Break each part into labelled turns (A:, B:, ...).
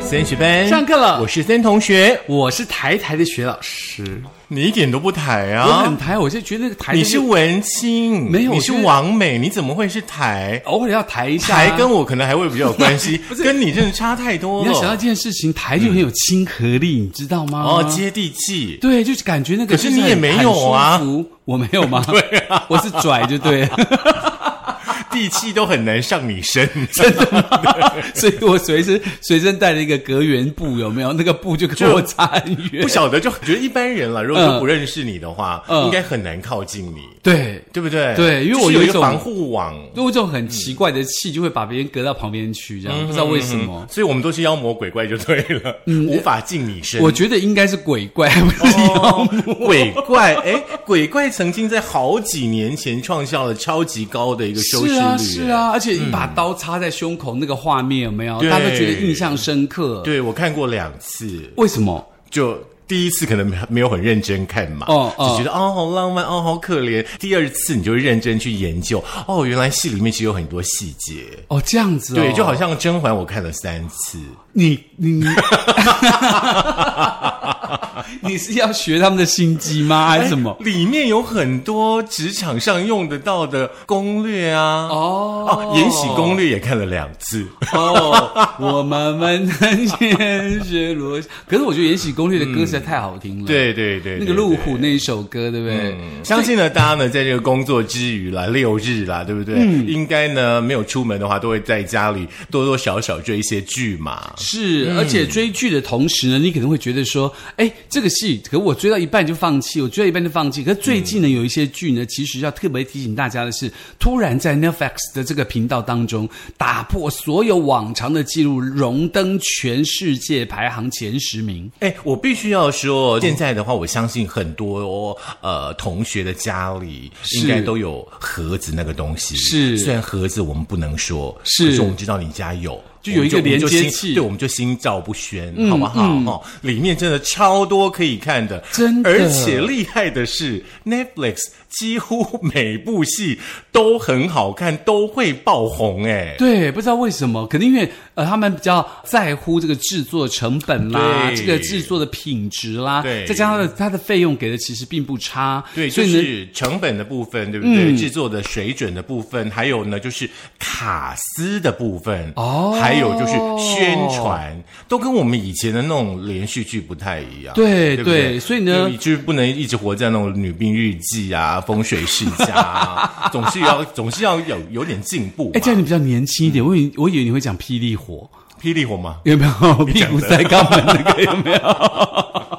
A: 三十班
B: 上课了
A: 我是森同学，
B: 哎我是台台的学老师，
A: 你一点都不抬
B: 我很
A: 啊！
B: 台，我就觉得那个台
A: 你
B: 就是
A: 文青，
B: 没有
A: 你
B: 我
A: 是
B: 觉得
A: 王美，你怎么会是台？
B: 偶尔要抬一下啊，
A: 台跟我可能还会比较有关 系，跟你真的差太多
B: 你要想啊到
A: 了。
B: 这件事情，台就很有亲和力，你知道吗？
A: 哦，接地气，
B: 对，就是感觉那
A: 可
B: 个
A: 是
B: 就
A: 你也
B: 很
A: 没有啊，
B: 很舒服我没 有吗？对啊，我是拽就对了，
A: 地气都很难上你身。
B: 所以我随身随身带了一个隔缘布，有没有？那个布就跟
A: 就
B: 我差很远
A: 不，晓得，就觉得一般人了。如果
B: 嗯
A: 说不认识你的话，
B: 嗯
A: 应该很难靠近你，
B: 对。
A: 对不对？
B: 对因为我
A: 就是有
B: 有一
A: 一个
B: 种
A: 防护网，
B: 就这种很奇怪的气，就会把别人隔到旁边去，这
A: 嗯
B: 样不知道为什么。嗯
A: 所以我们都是妖魔鬼怪就对了，无法近你身。
B: 我觉得应该是鬼怪，不是
A: 哦
B: 妖魔。
A: 鬼怪，哎，鬼怪曾经在好几年前创下了超级高的一个收视
B: 是
A: 率，
B: 啊，是啊，而且一把刀插在胸口那个画面有没有？
A: 嗯对
B: 大家都觉得印象深刻
A: 哎。，对我看过两次，
B: 为什么？
A: 就。第一次可能没没有很认真看嘛，
B: 哦
A: 就
B: 哦
A: 觉得哦好浪漫哦好可怜。第二次你就会认真去研究，哦原来戏里面其实有很多细节，
B: 哦，这样子、哦，
A: 对，就好像《甄嬛》我看了三次，
B: 你你， 你是要学他们的心机吗？
A: 哎
B: 还是什么？
A: 里面有很多职场上用得到的攻略啊。
B: 哦
A: 哦，《延禧攻略》也看了两次，
B: 哦， 我慢慢的先学罗。可是我觉得《延禧攻略》的歌实在太好听了，
A: 对对对，
B: 那个
A: 对
B: 路虎。那一首歌，对不对？
A: 嗯相信呢，大家呢在这个工作之余啦，六日啦，对不对？应该呢没有出门的话，都会在家里多多少少追一些剧嘛。
B: 是，而
A: 嗯
B: 且追剧的同时呢，你可能会觉得说，哎，这个戏，可我追到一半就放弃，我追到一半就放弃。可是最近呢，有一些剧
A: 嗯
B: 呢，其实要特别提醒大家的是，突然在 Netflix 的这个频道当中，打破所有往常的记录，荣登全世界排行前十名。
A: 哎，我必须要说，现在的话，我相信很多、呃同学的家里应该都有盒子那个东西。
B: 是
A: 虽然盒子我们不能说，
B: 是
A: 可是我们知道你家有，
B: 就有一个
A: 我们我们
B: 连接
A: 心
B: 器嗯
A: 对，我们就心照不宣，好不好？哦，里面真的超多可以看的，
B: 真的
A: 而且厉害的是，Netflix 几乎每部戏都很好看，都会爆红，哎。
B: 对，不知道为什么，可能因为呃，他们比较在乎这个制作成本啦，
A: 对
B: 这个制作的品质啦，
A: 对
B: 再加上它的它的费用给的其实并不差，
A: 对，
B: 所
A: 就
B: 以呢，嗯
A: 是成本的部分，对不对？制作的水准的部分，还有呢，就是卡司的部分，
B: 哦
A: 还有就是宣传，都跟我们以前的那种连续剧不太一样。
B: 对
A: 对不对，
B: 对所以呢
A: 你就是不能一直活在那种女兵日记啊、风水世家、啊， 总是要总是要有有点进步嘛。
B: 哎，这样你比较年
A: 嗯
B: 轻一点，我以为我以为你会讲霹雳火，
A: 霹雳火吗？
B: 有没有？屁股塞肛门那个有没有？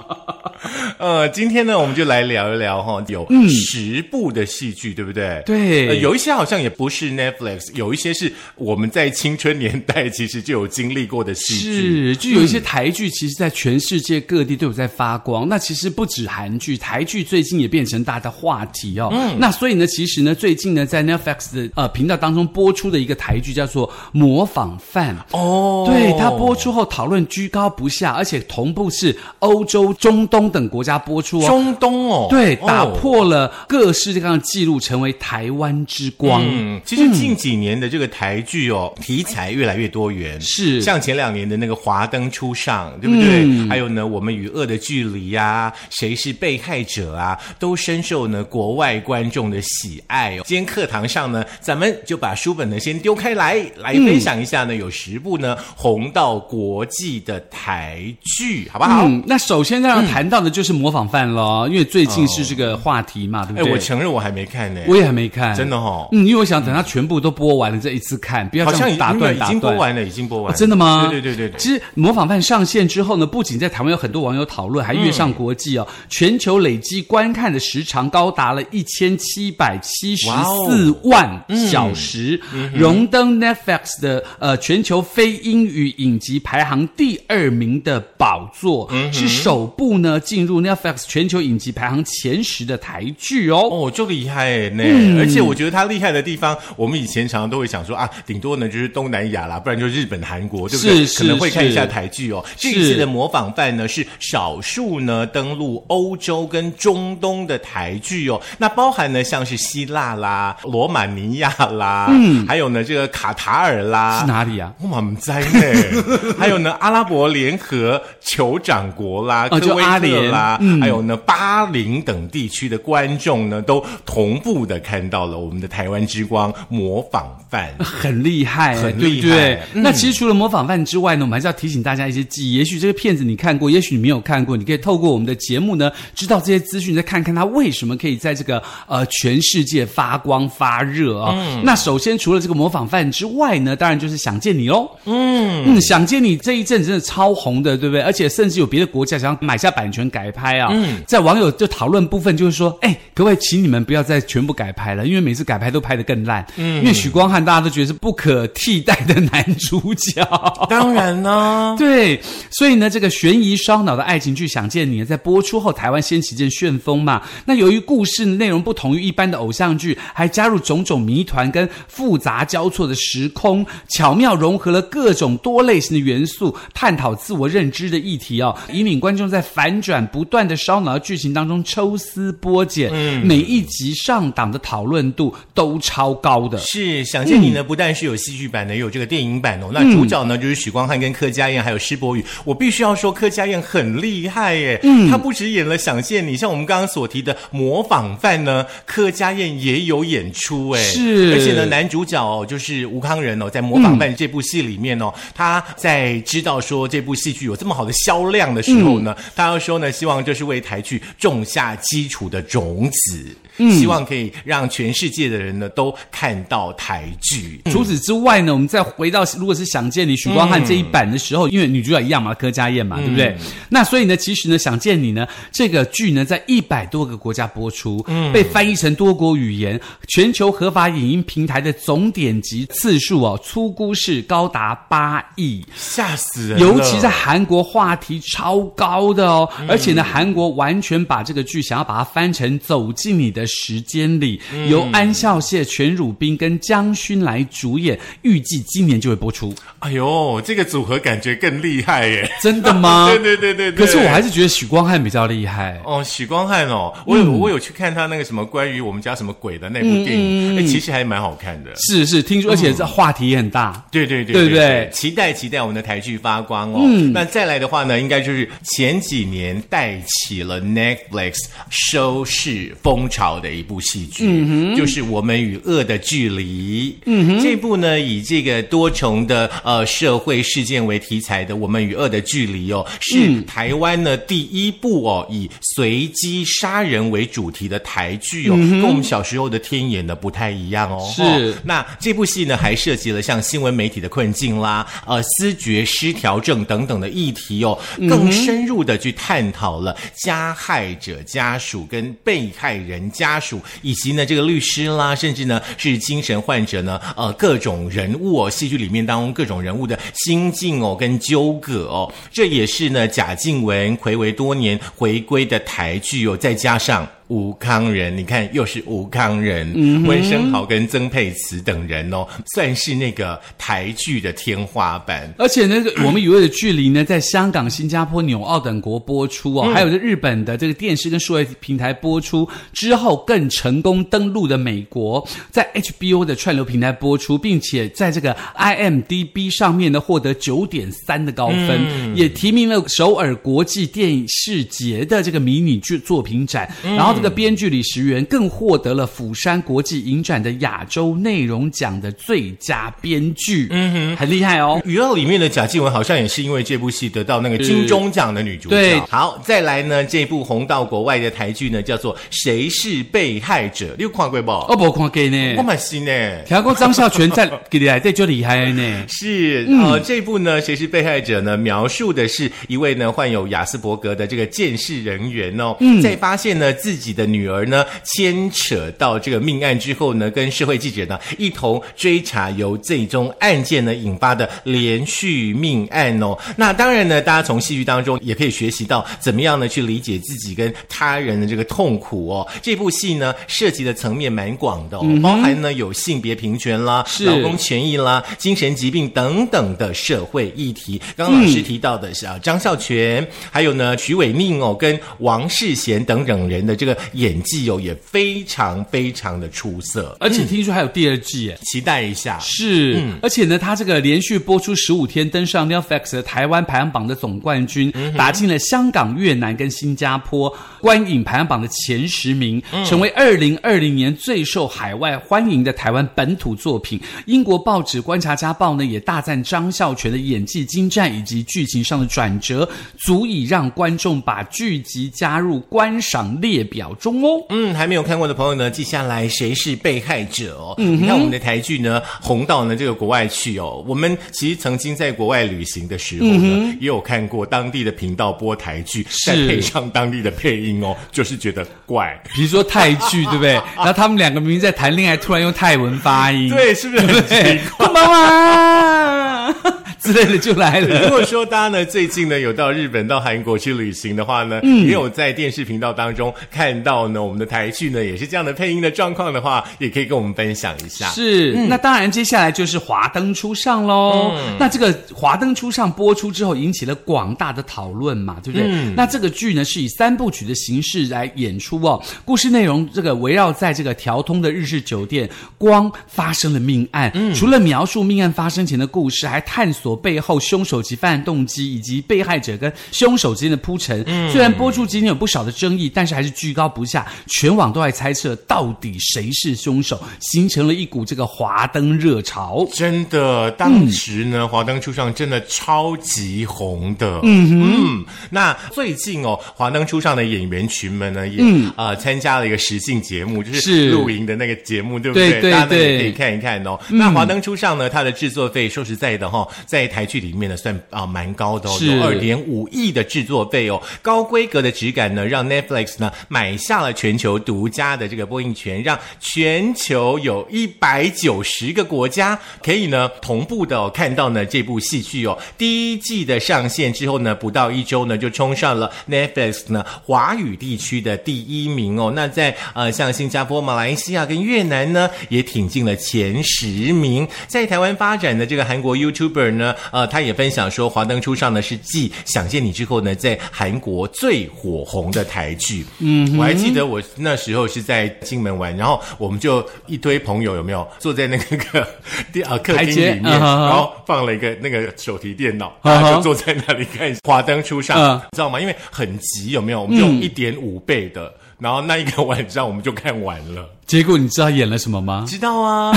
A: 呃，今天呢，我们就来聊一聊哈、有十部的戏剧，对不对？
B: 嗯对
A: 呃有一些好像也不是 Netflix，有一些是我们在青春年代其实就有经历过的戏剧。
B: 是，就有一些台剧，其实在全世界各地都有在发
A: 嗯
B: 光。那其实不止韩剧，台剧最近也变成大的话题哦。
A: 嗯
B: 那所以呢，其实呢，最近呢，在 Netflix 的呃频道当中播出的一个台剧叫做《模仿犯》。
A: 哦
B: 对，它播出后讨论居高不下，而且同步是欧洲、中东等国家播出哦。
A: 中东哦，
B: 对，
A: 哦
B: 打。破了各式各样的记录，成为台湾之光。
A: 嗯，其实近几年的这个台剧哦，题材越来越多元，
B: 是嗯
A: 像前两年的那个《华灯初上》，对不对？还有呢，我们与恶的距离呀、谁是被害者啊，都深受呢国外观众的喜爱哦。今天课堂上呢，咱们就把书本呢先丢开来，来分享一下呢，有十部呢红到国际的台剧，好不好？
B: 嗯，那首先当然谈到的就是模仿犯喽，因为最近是这个话题嘛，对
A: 哎，
B: 不对？
A: 我承认我还没看呢、
B: 我也还没看，
A: 真的哦
B: 嗯，因为我想等它全部都播完了再一次看，不要
A: 好
B: 这
A: 像
B: 样
A: 已
B: 打断
A: 已
B: 打
A: 经播
B: 断。
A: 完了，已经播完了、
B: 啊真的吗？
A: 对对对对对。
B: 其实《模仿犯》上线之后呢，不仅在台湾有很多网友讨论，还跃上国际哦。
A: 嗯
B: 全球累计观看的时长高达了一千七百七十
A: 哇
B: 四
A: 哦嗯
B: 万小时，荣登 Netflix 的呃全球非
A: 嗯
B: 英语影集排行第二名的宝座，是首部呢进入 Netflix。 Netflix 全球影集排行前十的台剧哦。
A: 哦，就厉害欸呢、
B: 嗯
A: 而且我觉得他厉害的地方，我们以前常常都会想说啊，顶多呢就是东南亚啦，不然就日本、韩国，对不对？
B: 是
A: 可能会
B: 是
A: 看一下
B: 是
A: 台剧哦。这
B: 是
A: 一次的模仿犯呢，是少数呢登陆欧洲跟中东的台剧哦。那包含呢像是希腊啦、罗马尼亚啦，嗯，还有呢这个卡塔尔啦，
B: 是哪里啊？
A: 我满栽 呢，还有呢，阿拉伯联合酋长国啦、科
B: 哦就
A: 威
B: 阿
A: 特
B: 联嗯
A: 啦，还有呢，巴林等地区的观众呢，都同步的看到了我们的台湾之光模仿 犯。
B: 很厉害，
A: 很
B: 对不
A: 厉害嗯
B: 对？那其实除了模仿犯之外呢，我们还是要提醒大家一些记忆。也许这个片子你看过，也许你没有看过，你可以透过我们的节目呢，知道这些资讯，再看看它为什么可以在这个呃全世界发光发热啊、
A: 嗯
B: 那首先除了这个模仿犯之外呢，当然就是想见你喽。嗯嗯，想见你这一阵子真的超红的，对不对？而且甚至有别的国家想要买下版权改拍啊。嗯，在网友就讨论部分就是说，哎，各位，请你们不要再全部改拍了，因为每次改拍都拍得更烂。嗯，因为许光汉大家都觉得是不可替代的男主角。
A: 当然 呢。
B: 对，所以呢，这个悬疑烧脑的爱情剧《想见你》在播出后，台湾掀起一阵旋风嘛。那由于故事内容不同于一般的偶像剧，还加入种种谜团跟复杂交错的时空，巧妙融合了各种多类型的元素，探讨自我认知的议题哦，引领观众在反转不断的烧脑的剧情当中抽丝剥茧。每一集上档的讨论度都超高的。
A: 是，想见你呢，不但是有戏剧版的，也有这个电影版哦。
B: 嗯
A: 那主角呢，就是许光汉跟柯佳燕，还有施柏宇。我必须要说，柯佳燕很厉害耶，嗯，他不止演了《想见你》，像我们刚刚所提的《模仿犯》呢，柯佳燕也有演出哎，
B: 是
A: 而且呢，男主角哦，就是吴康仁哦，在《模仿犯》这部戏里面哦，他在知道说这部戏剧有这么好的销量的时候呢，
B: 嗯
A: 他要说呢，希望这是为台剧种下基础的种子，
B: 嗯
A: 希望可以让全世界的人呢都看到台剧。
B: 除此之外呢，我们再回到如果是想见你许光汉这一版的时候，因为女主角一样嘛，柯佳燕嘛，对不对？那所以呢，其实呢，想见你呢这个剧呢，在一百多个国家播出，被翻译成多国语言，全球合法影音平台的总点击次数哦，粗估是高达八亿。
A: 吓死人了！
B: 尤其在韩国话题超高的哦，
A: 嗯
B: 而且呢，韩国完全把这个剧想要把它翻成《走进你的时间》里，
A: 嗯
B: 由安孝燮、全汝彬跟姜勋来主演，预计今年就会播出。
A: 哎呦，这个组合感觉更厉害耶！
B: 真的吗？
A: 对对对对对。
B: 啊可是我还是觉得许光汉比较厉害。
A: 哦，许光汉哦，我
B: 嗯
A: 有、我有去看他那个什么关于我们家什么鬼的那部电
B: 嗯
A: 影，哎、其实还蛮好看的。
B: 是是，听说，而且这话题也很大。
A: 对对对
B: 对嗯不
A: 对
B: 对
A: 期待期待我们的台剧发光哦。那再来的话呢，应该就是前几年带起了 Netflix 收视风潮的一部戏剧，
B: 嗯
A: 就是《我们与恶的距离》。嗯哼，这部呢以这个多重的呃社会事件为题材的《我们与恶的距离》哦，
B: 嗯
A: 是台湾呢第一部哦以随机杀人为主题的台剧哦，跟我们小时候的天眼呢不太一样哦。
B: 嗯是
A: 哦那这部戏呢，还涉及了像新闻媒体的困境啦，呃，思觉失调症等等的议题哦，更深入的去探讨了加害者家属跟被害人家属，以及呢这个律师啦，甚至呢是精神患者呢，呃，各种人物哦，戏剧里面当中各种人物的心境哦跟纠葛哦，这也是呢贾静雯暌违多年回归的台剧哦，再加上。吴康仁，你看又是吴康仁、温升豪跟曾沛慈等人哦，算是那个台剧的天花板。
B: 而且呢，我们以为的距离呢，在香港、新加坡、纽澳等国播出哦，还有在日本的这个电视跟数位平台播出之后，更成功登陆的美国，在 HBO 的串流平台播出，并且在这个 IMDB 上面呢获得九点三的高分，也提名了首尔国际电视节的这个迷你剧作品展。然后这个编剧李石原更获得了釜山国际影展的亚洲内容奖的最佳编剧，嗯哼，很厉害哦。
A: 娱乐里面的贾静雯好像也是因为这部戏得到那个金钟奖的女主角。
B: 对
A: 好，再来呢，这部红到国外的台剧呢，叫做《谁是被害者》，你有看过不？
B: 我哦无看过呢
A: 我。蛮新呢。
B: 听讲张孝全在给你来这就厉害呢。
A: 是，呃，这部呢，谁是被害者呢？描述的是一位呢患有雅斯伯格的这个见识人员哦，在发现呢自己己的女儿呢牵扯到这个命案之后呢，跟社会记者呢一同追查由最终案件呢引发的连续命案哦。那当然呢，大家从戏剧当中也可以学习到怎么样呢去理解自己跟他人的这个痛苦哦。这部戏呢涉及的层面蛮广的哦，包含呢有性别平权啦、
B: 是
A: 老公权益啦、精神疾病等等的社会议题。刚刚老师提到的是啊，张孝全，还有呢徐伟宁哦，跟王世贤等等人的这个演技哦，也非常非常的出色，
B: 而且听说还有第二季耶。
A: 期待一下。
B: 是，而且呢，他这个连续播出十五天，登上 Netflix 的台湾排行榜的总冠军，打进了香港、越南跟新加坡观影排行榜的前十名，成为二零二零年最受海外欢迎的台湾本土作品。英国报纸《观察家报》呢也大赞张孝全的演技精湛以及剧情上的转折，足以让观众把剧集加入观赏列表中哦。
A: 嗯，还没有看过的朋友呢，记下来谁是被害者哦。嗯，你看我们的台剧呢，红到呢这个国外去哦。我们其实曾经在国外旅行的时候呢，也有看过当地的频道播台剧，再配上当地的配音哦，就是觉得怪。
B: 比如说泰剧，对不对？然后他们两个明明在谈恋爱，突然用泰文发 音，
A: 对，是不是很奇
B: 对
A: 怪？，
B: 干嘛嘛之类的就来
A: 如
B: 了。
A: 果说大家呢最近呢有到日本、到韩国去旅行的话呢，
B: 嗯
A: 也有在电视频道当中看到呢我们的台剧呢也是这样的配音的状况的话，也可以跟我们分享一下。
B: 是，那当然，接下来就是《华灯初上》喽。那这个《华灯初上》播出之后，引起了广大的讨论嘛，对不对？那这个剧呢，是以三部曲的形式来演出哦。故事内容这个围绕在这个调通的日式酒店，光发生了命案，哎除了描述命案发生前的故事，还探索背后凶手及犯案动机，以及被害者跟凶手之间的铺陈。虽然播出期间有不少的争议，但是还是居高不下，全网都在猜测到底谁是凶手，形成了一股这个华灯热潮。
A: 真的，当时呢，华灯初上》真的超级红的。嗯嗯，那最近哦，《华灯初上》的演员群们呢，也啊、
B: 嗯
A: 呃参加了一个实境节目，就是是露营的那个节目，对不
B: 对对
A: 大家呢也可
B: 对
A: 以看一看哦。那《华灯初上》呢，它的制作费说实在的哈、哦，在台剧里面呢，算啊、蛮高的哦，
B: 是
A: 有二点五亿的制作费哦。高规格的质感呢，让 Netflix 呢买下了全球独家的这个播映权，让全球有一百九十个国家可以呢同步的、哦、看到呢这部戏剧哦。第一季的上线之后呢，不到一周呢就冲上了 Netflix 呢华语地区的第一名哦。那在呃像新加坡、马来西亚跟越南呢，也挺进了前十名。在台湾发展的这个韩国 YouTuber 呢，呃，他也分享说，《华灯初上》呢是继《想见你》之后呢，在韩国最火红的台剧。嗯，我还记得我那时候是在金门玩，然后我们就一堆朋友有没有坐在那个个 呃客厅
B: 阶
A: 里面，
B: 嗯哼哼
A: 然后放了一个那个手提电脑，
B: 嗯哼
A: 大家就坐在那里看《华灯初上》
B: 嗯
A: 知道吗？因为很急，有没有？我们就一点五倍的。然后那一个晚上我们就看完了，
B: 结果你知道演了什么吗？
A: 知道啊？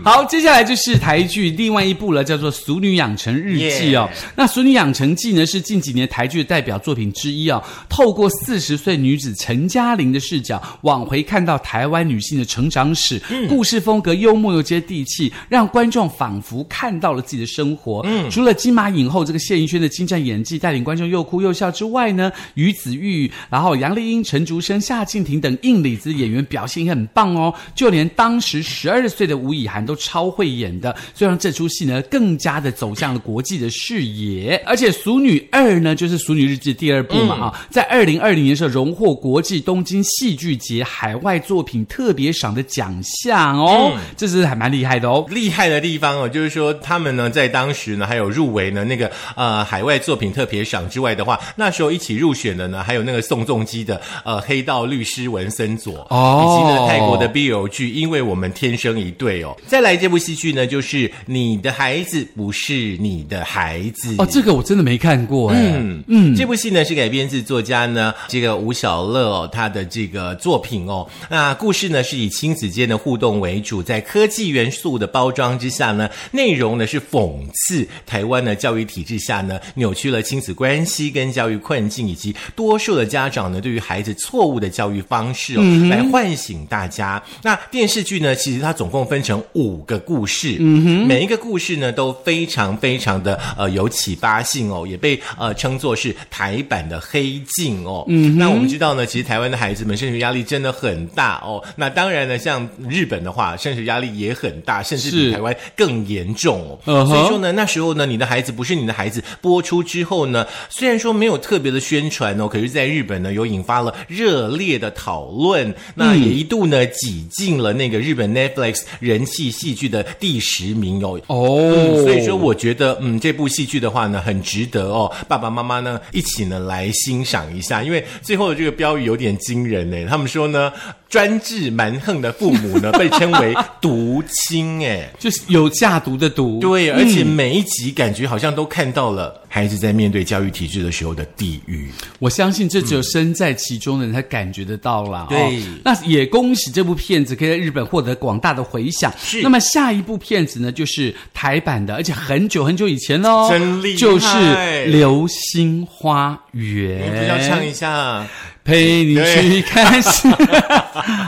B: 好，接下来就是台剧另外一部了，叫做《俗女养成日记》哦。那《俗女养成记》呢，是近几年台剧的代表作品之一哦。透过四十岁女子陈嘉玲的视角，往回看到台湾女性的成长史，故事风格幽默又接地气，让观众仿佛看到了自己的生活。嗯，除了金马影后这个谢盈萱的精湛演技，带领观众又哭又笑之外呢，于子玉，然后杨丽英、陈竹生、夏静婷等硬里子演员表现也很棒哦。就连当时十二岁的吴以涵都超会演的，所以让这出戏呢更加的走向了国际的视野。而且《俗女二》呢，就是《俗女日记》第二部
A: 嗯
B: 嘛啊，在二零二零年的时候荣获国际东京戏剧节海外作品特别赏的奖项哦，
A: 嗯
B: 这是还蛮厉害的哦。
A: 厉害的地方哦，就是说他们呢在当时呢还有入围呢那个呃海外作品特别赏之外的话，那时候一起入选的呢还有那个宋仲基的呃黑道律师文森佐
B: 哦
A: 以及呢泰国的 BL 剧，因为我们天生一对哦。再来这部戏剧呢就是你的孩子不是你的孩子
B: 哦，这个我真的没看过哎。
A: 嗯嗯，这部戏呢是改编自作家呢这个吴小乐哦他的这个作品哦。那故事呢是以亲子间的互动为主，在科技元素的包装之下呢，内容呢是讽刺台湾的教育体制下呢扭曲了亲子关系跟教育困境，以及多数的家长呢对于孩子错误的教育方式哦，来唤醒大家。那电视剧呢其实它总共分成成五个故事，嗯哼，每一个故事呢都非常非常的呃有启发性哦，也被呃称作是台版的《黑镜》哦。嗯，那我们知道呢，其实台湾的孩子们升学压力真的很大哦。那当然呢，像日本的话，升学压力也很大，甚至
B: 是
A: 比台湾更严重哦。
B: 嗯哼
A: 所以说呢，那时候呢，你的孩子不是你的孩子，播出之后呢，虽然说没有特别的宣传哦，可是在日本呢，有引发了热烈的讨论，那也一度呢挤进了那个日本 Netflix 人气戏剧的第十名哦。
B: 哦、
A: 嗯，所以说我觉得，嗯，这部戏剧的话呢，很值得哦，爸爸妈妈呢一起呢来欣赏一下，因为最后的这个标语有点惊人呢，他们说呢，专制蛮横的父母呢被称为毒亲，哎，
B: 就是有下毒的毒，
A: 对，而
B: 嗯
A: 且每一集感觉好像都看到了孩子在面对教育体制的时候的地狱。
B: 我相信这只有身在其中的人才感觉得到啦。
A: 对
B: 哦，那也恭喜这部片子可以在日本获得广大的回响。
A: 是
B: 那么下一部片子呢，就是台版的，而且很久很久以前喽，
A: 真厉害
B: 就是《流星花园》。
A: 哎你不是要唱一下？
B: 哦陪你去看戏。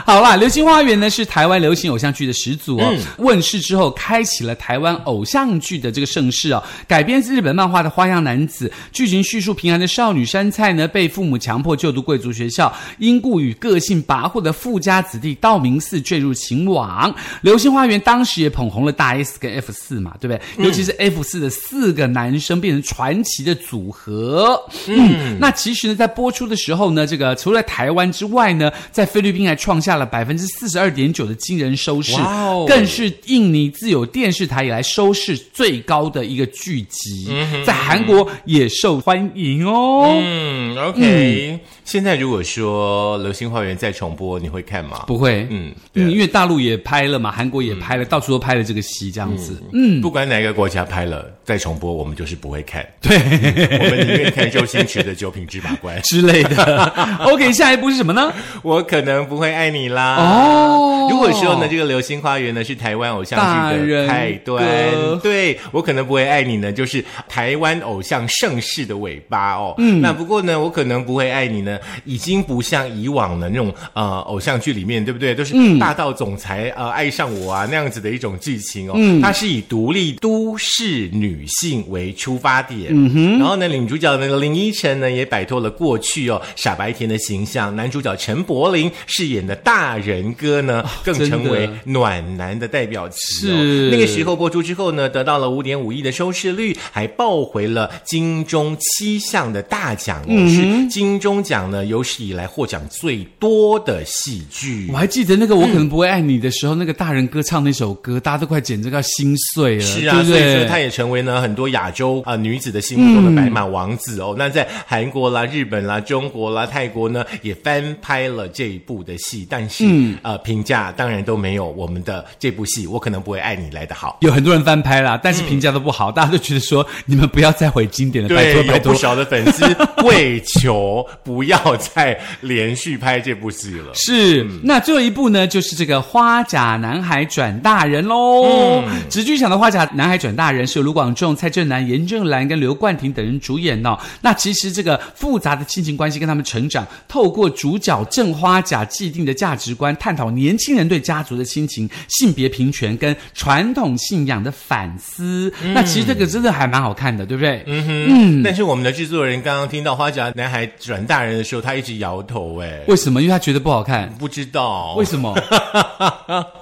B: 好啦，《流星花园》呢是台湾流行偶像剧的始祖哦。问世之后，开启了台湾偶像剧的这个盛世哦。改编自日本漫画的《花样男子》，剧情叙述平安的少女山菜呢，被父母强迫就读贵族学校，因故与个性跋扈的富家子弟道明寺坠入情网。《流星花园》当时也捧红了大 S 跟 F 四嘛，对不
A: 嗯
B: 对？尤其是 F 四的四个男生变成传奇的组合。嗯，那其实呢，在播出的时候呢，这个除了台湾之外呢，在菲律宾还创下了百分之四十二点九的惊人收视，
A: 哇哦
B: 更是印尼自有电视台以来收视最高的一个剧集，在韩国也受欢迎哦。
A: 嗯，OK。现在如果说《流星花园》再重播，你会看吗？
B: 不会，
A: 嗯对啊
B: 嗯，因为大陆也拍了嘛，韩国也拍了，到处都拍了这个戏，这样子，。
A: 嗯，不管哪个国家拍了再重播，我们就是不会看。对，我们宁愿看周星驰的《九品芝麻官》
B: 之类的。OK，下一步是什么呢？
A: 我可能不会爱你啦。
B: 哦
A: 如果说呢，这个《流星花园》呢是台湾偶
B: 大
A: 像剧
B: 人
A: 的开端
B: 歌，
A: 对我可能不会爱你呢，就是台湾偶像盛世的尾巴哦。嗯，那不过呢，我可能不会爱你呢，已经不像以往的那种呃偶像剧里面，对不对？都是霸道总裁、呃爱上我啊那样子的一种剧情哦。嗯，它是以独立都市女性为出发点。嗯哼，然后呢，女主角那个林依晨呢也摆脱了过去哦傻白甜的形象，男主角陈柏霖饰演的大人哥呢更
B: 真的
A: 成为暖男哦的代表词、哦。
B: 是
A: 那个时候播出之后呢，得到了五点五亿的收视率，还抱回了金钟七项的大奖哦，
B: 嗯
A: 是金钟奖呢有史以来获奖最多的戏剧
B: 我。还记得那个我可能不会爱你的时候，那个大人哥唱那首歌，大家都快简直要心碎了，
A: 是啊，
B: 对不
A: 所以说
B: 对？
A: 她也成为呢很多亚洲啊、呃女子的心目中的白马王子
B: 嗯
A: 哦。那在韩国啦、日本啦、中国啦、泰国呢，也翻拍了这一部的戏，但是、
B: 嗯
A: 呃评价当然都没有我们的这部戏《我可能不会爱你》来的好。
B: 有很多人翻拍啦，但是评价都不好，大家都觉得说你们不要再回经典了，拜托
A: 嗯对，
B: 拜
A: 有
B: 托
A: 不。少的粉 丝跪求不要再连续拍这部戏了。
B: 是，那最后一部呢，就是这个《花甲男孩转大人》喽。直剧场的《花甲男孩转大人》是由卢广仲、蔡正南、严正兰跟刘冠廷等人主演哦。那其实这个复杂的亲情关系跟他们成长，透过主角郑花甲既定的价值观，探讨年轻人对家族的亲情、性别平权跟传统信仰的反思。那其实这个真的还蛮好看的，对不对？嗯，
A: 嗯，但是我们的制作人刚刚听到《花甲男孩转大人》的时候，他一直摇头、哎，
B: 为什么？因为他觉得不好看。
A: 不知道
B: 为什 么？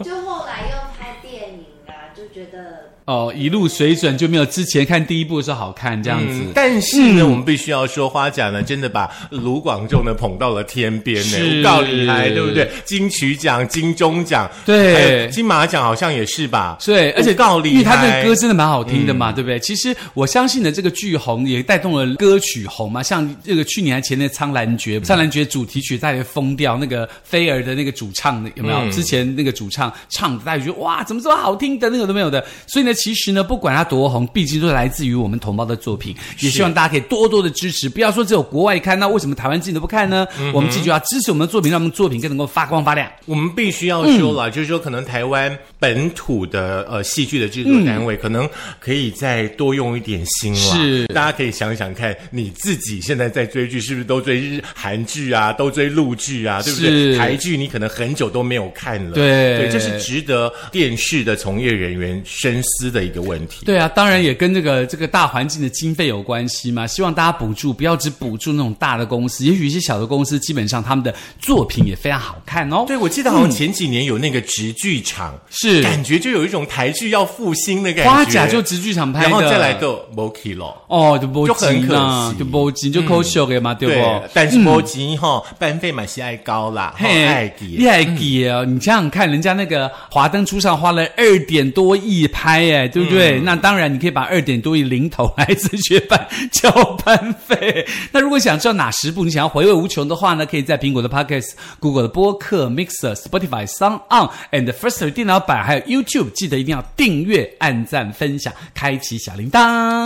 C: 就后来又拍电影啊，就觉得
B: 哦，一路水准就没有之前看第一部的时候好看这样子。
A: 嗯，但是呢，我们必须要说，花甲呢真的把卢广仲呢捧到了天边呢，
B: 是
A: 我告你来，对不对？金曲奖、金钟奖，
B: 对
A: 还有金马奖好像也是吧？
B: 对，而且
A: 告
B: 因
A: 厉
B: 为他这
A: 害
B: 个歌真的蛮好听的嘛，对不对？其实我相信的这个剧红也带动了歌曲红嘛，像这个去年还前年的《苍兰诀》，《苍兰诀》主题曲大家疯掉，那个菲儿的那个主唱有没有？之前那个主唱唱的，大家觉得哇，怎么这么好听的那个的没有的。所以呢，其实呢，不管它多红，毕竟都是来自于我们同胞的作品，也希望大家可以多多的支持，不要说只有国外看，那为什么台湾自己都不看呢？我们自己就要支持我们的作品，让我们作品更能够发光发亮。
A: 我们必须要说
B: 嗯
A: 了，就是说，可能台湾本土的呃戏剧的制作单位，可能可以再多用一点心了。
B: 是
A: 大家可以想想看，你自己现在在追剧，是不是都追日韩剧啊，都追陆剧啊，对不对？
B: 是
A: 台剧你可能很久都没有看了，
B: 对
A: 对，这是值得电视的从业人员深思的一个问题。
B: 对啊，当然也跟这个这个大环境的经费有关系嘛。希望大家补助，不要只补助那种大的公司，也许一些小的公司，基本上他们的作品也非常好看哦。
A: 对，我记得好像前几年有那个直剧场，
B: 是
A: 感觉就有一种台剧要复兴的感觉。
B: 花甲就直剧场拍的，
A: 然后再来就 m o k i 了。
B: 哦，就波
A: 就很
B: 及
A: 可
B: 呐，
A: 惜嗯
B: 就波及就扣秀给嘛，对
A: 对
B: 不？，嗯
A: 但是波及哈，班费嘛是爱高啦，哈爱
B: 你
A: 给。
B: 还给哦！你想想看，人家那个《华灯初上》花了二点多亿拍，哎，对不对？那当然，你可以把二点多亿零头来自学版交班费。 那如果想知道哪十部你想要回味无穷的话呢，可以在苹果的 Podcast、Google 的播客、Mixer、Spotify、s o n On and First Story 电脑版，还有 YouTube，记得一定要订阅、按赞、分享、开启小铃铛。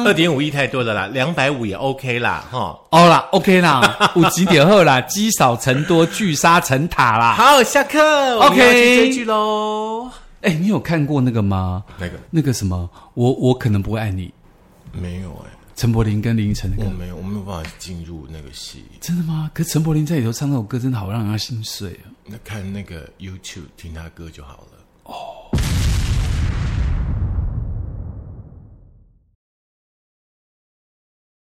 A: 二点五亿太多了啦，两百五也 OK 啦，哈。
B: 哦啦，OK 啦，五级点后啦，积少成多，聚沙成塔啦。
A: 好，下课我们
B: OK
A: 要去追剧喽。
B: 哎，你有看过那个吗？
A: 那个
B: 那个什么，我我可能不会爱你，
A: 没有哎，
B: 陈柏霖跟林依晨那
A: 我
B: 个，
A: 没有，我没有办法进入那个戏。
B: 真的吗？可是陈柏霖在里头唱那首歌，真的好让人家心碎啊！
A: 那看那个 YouTube 听他歌就好了。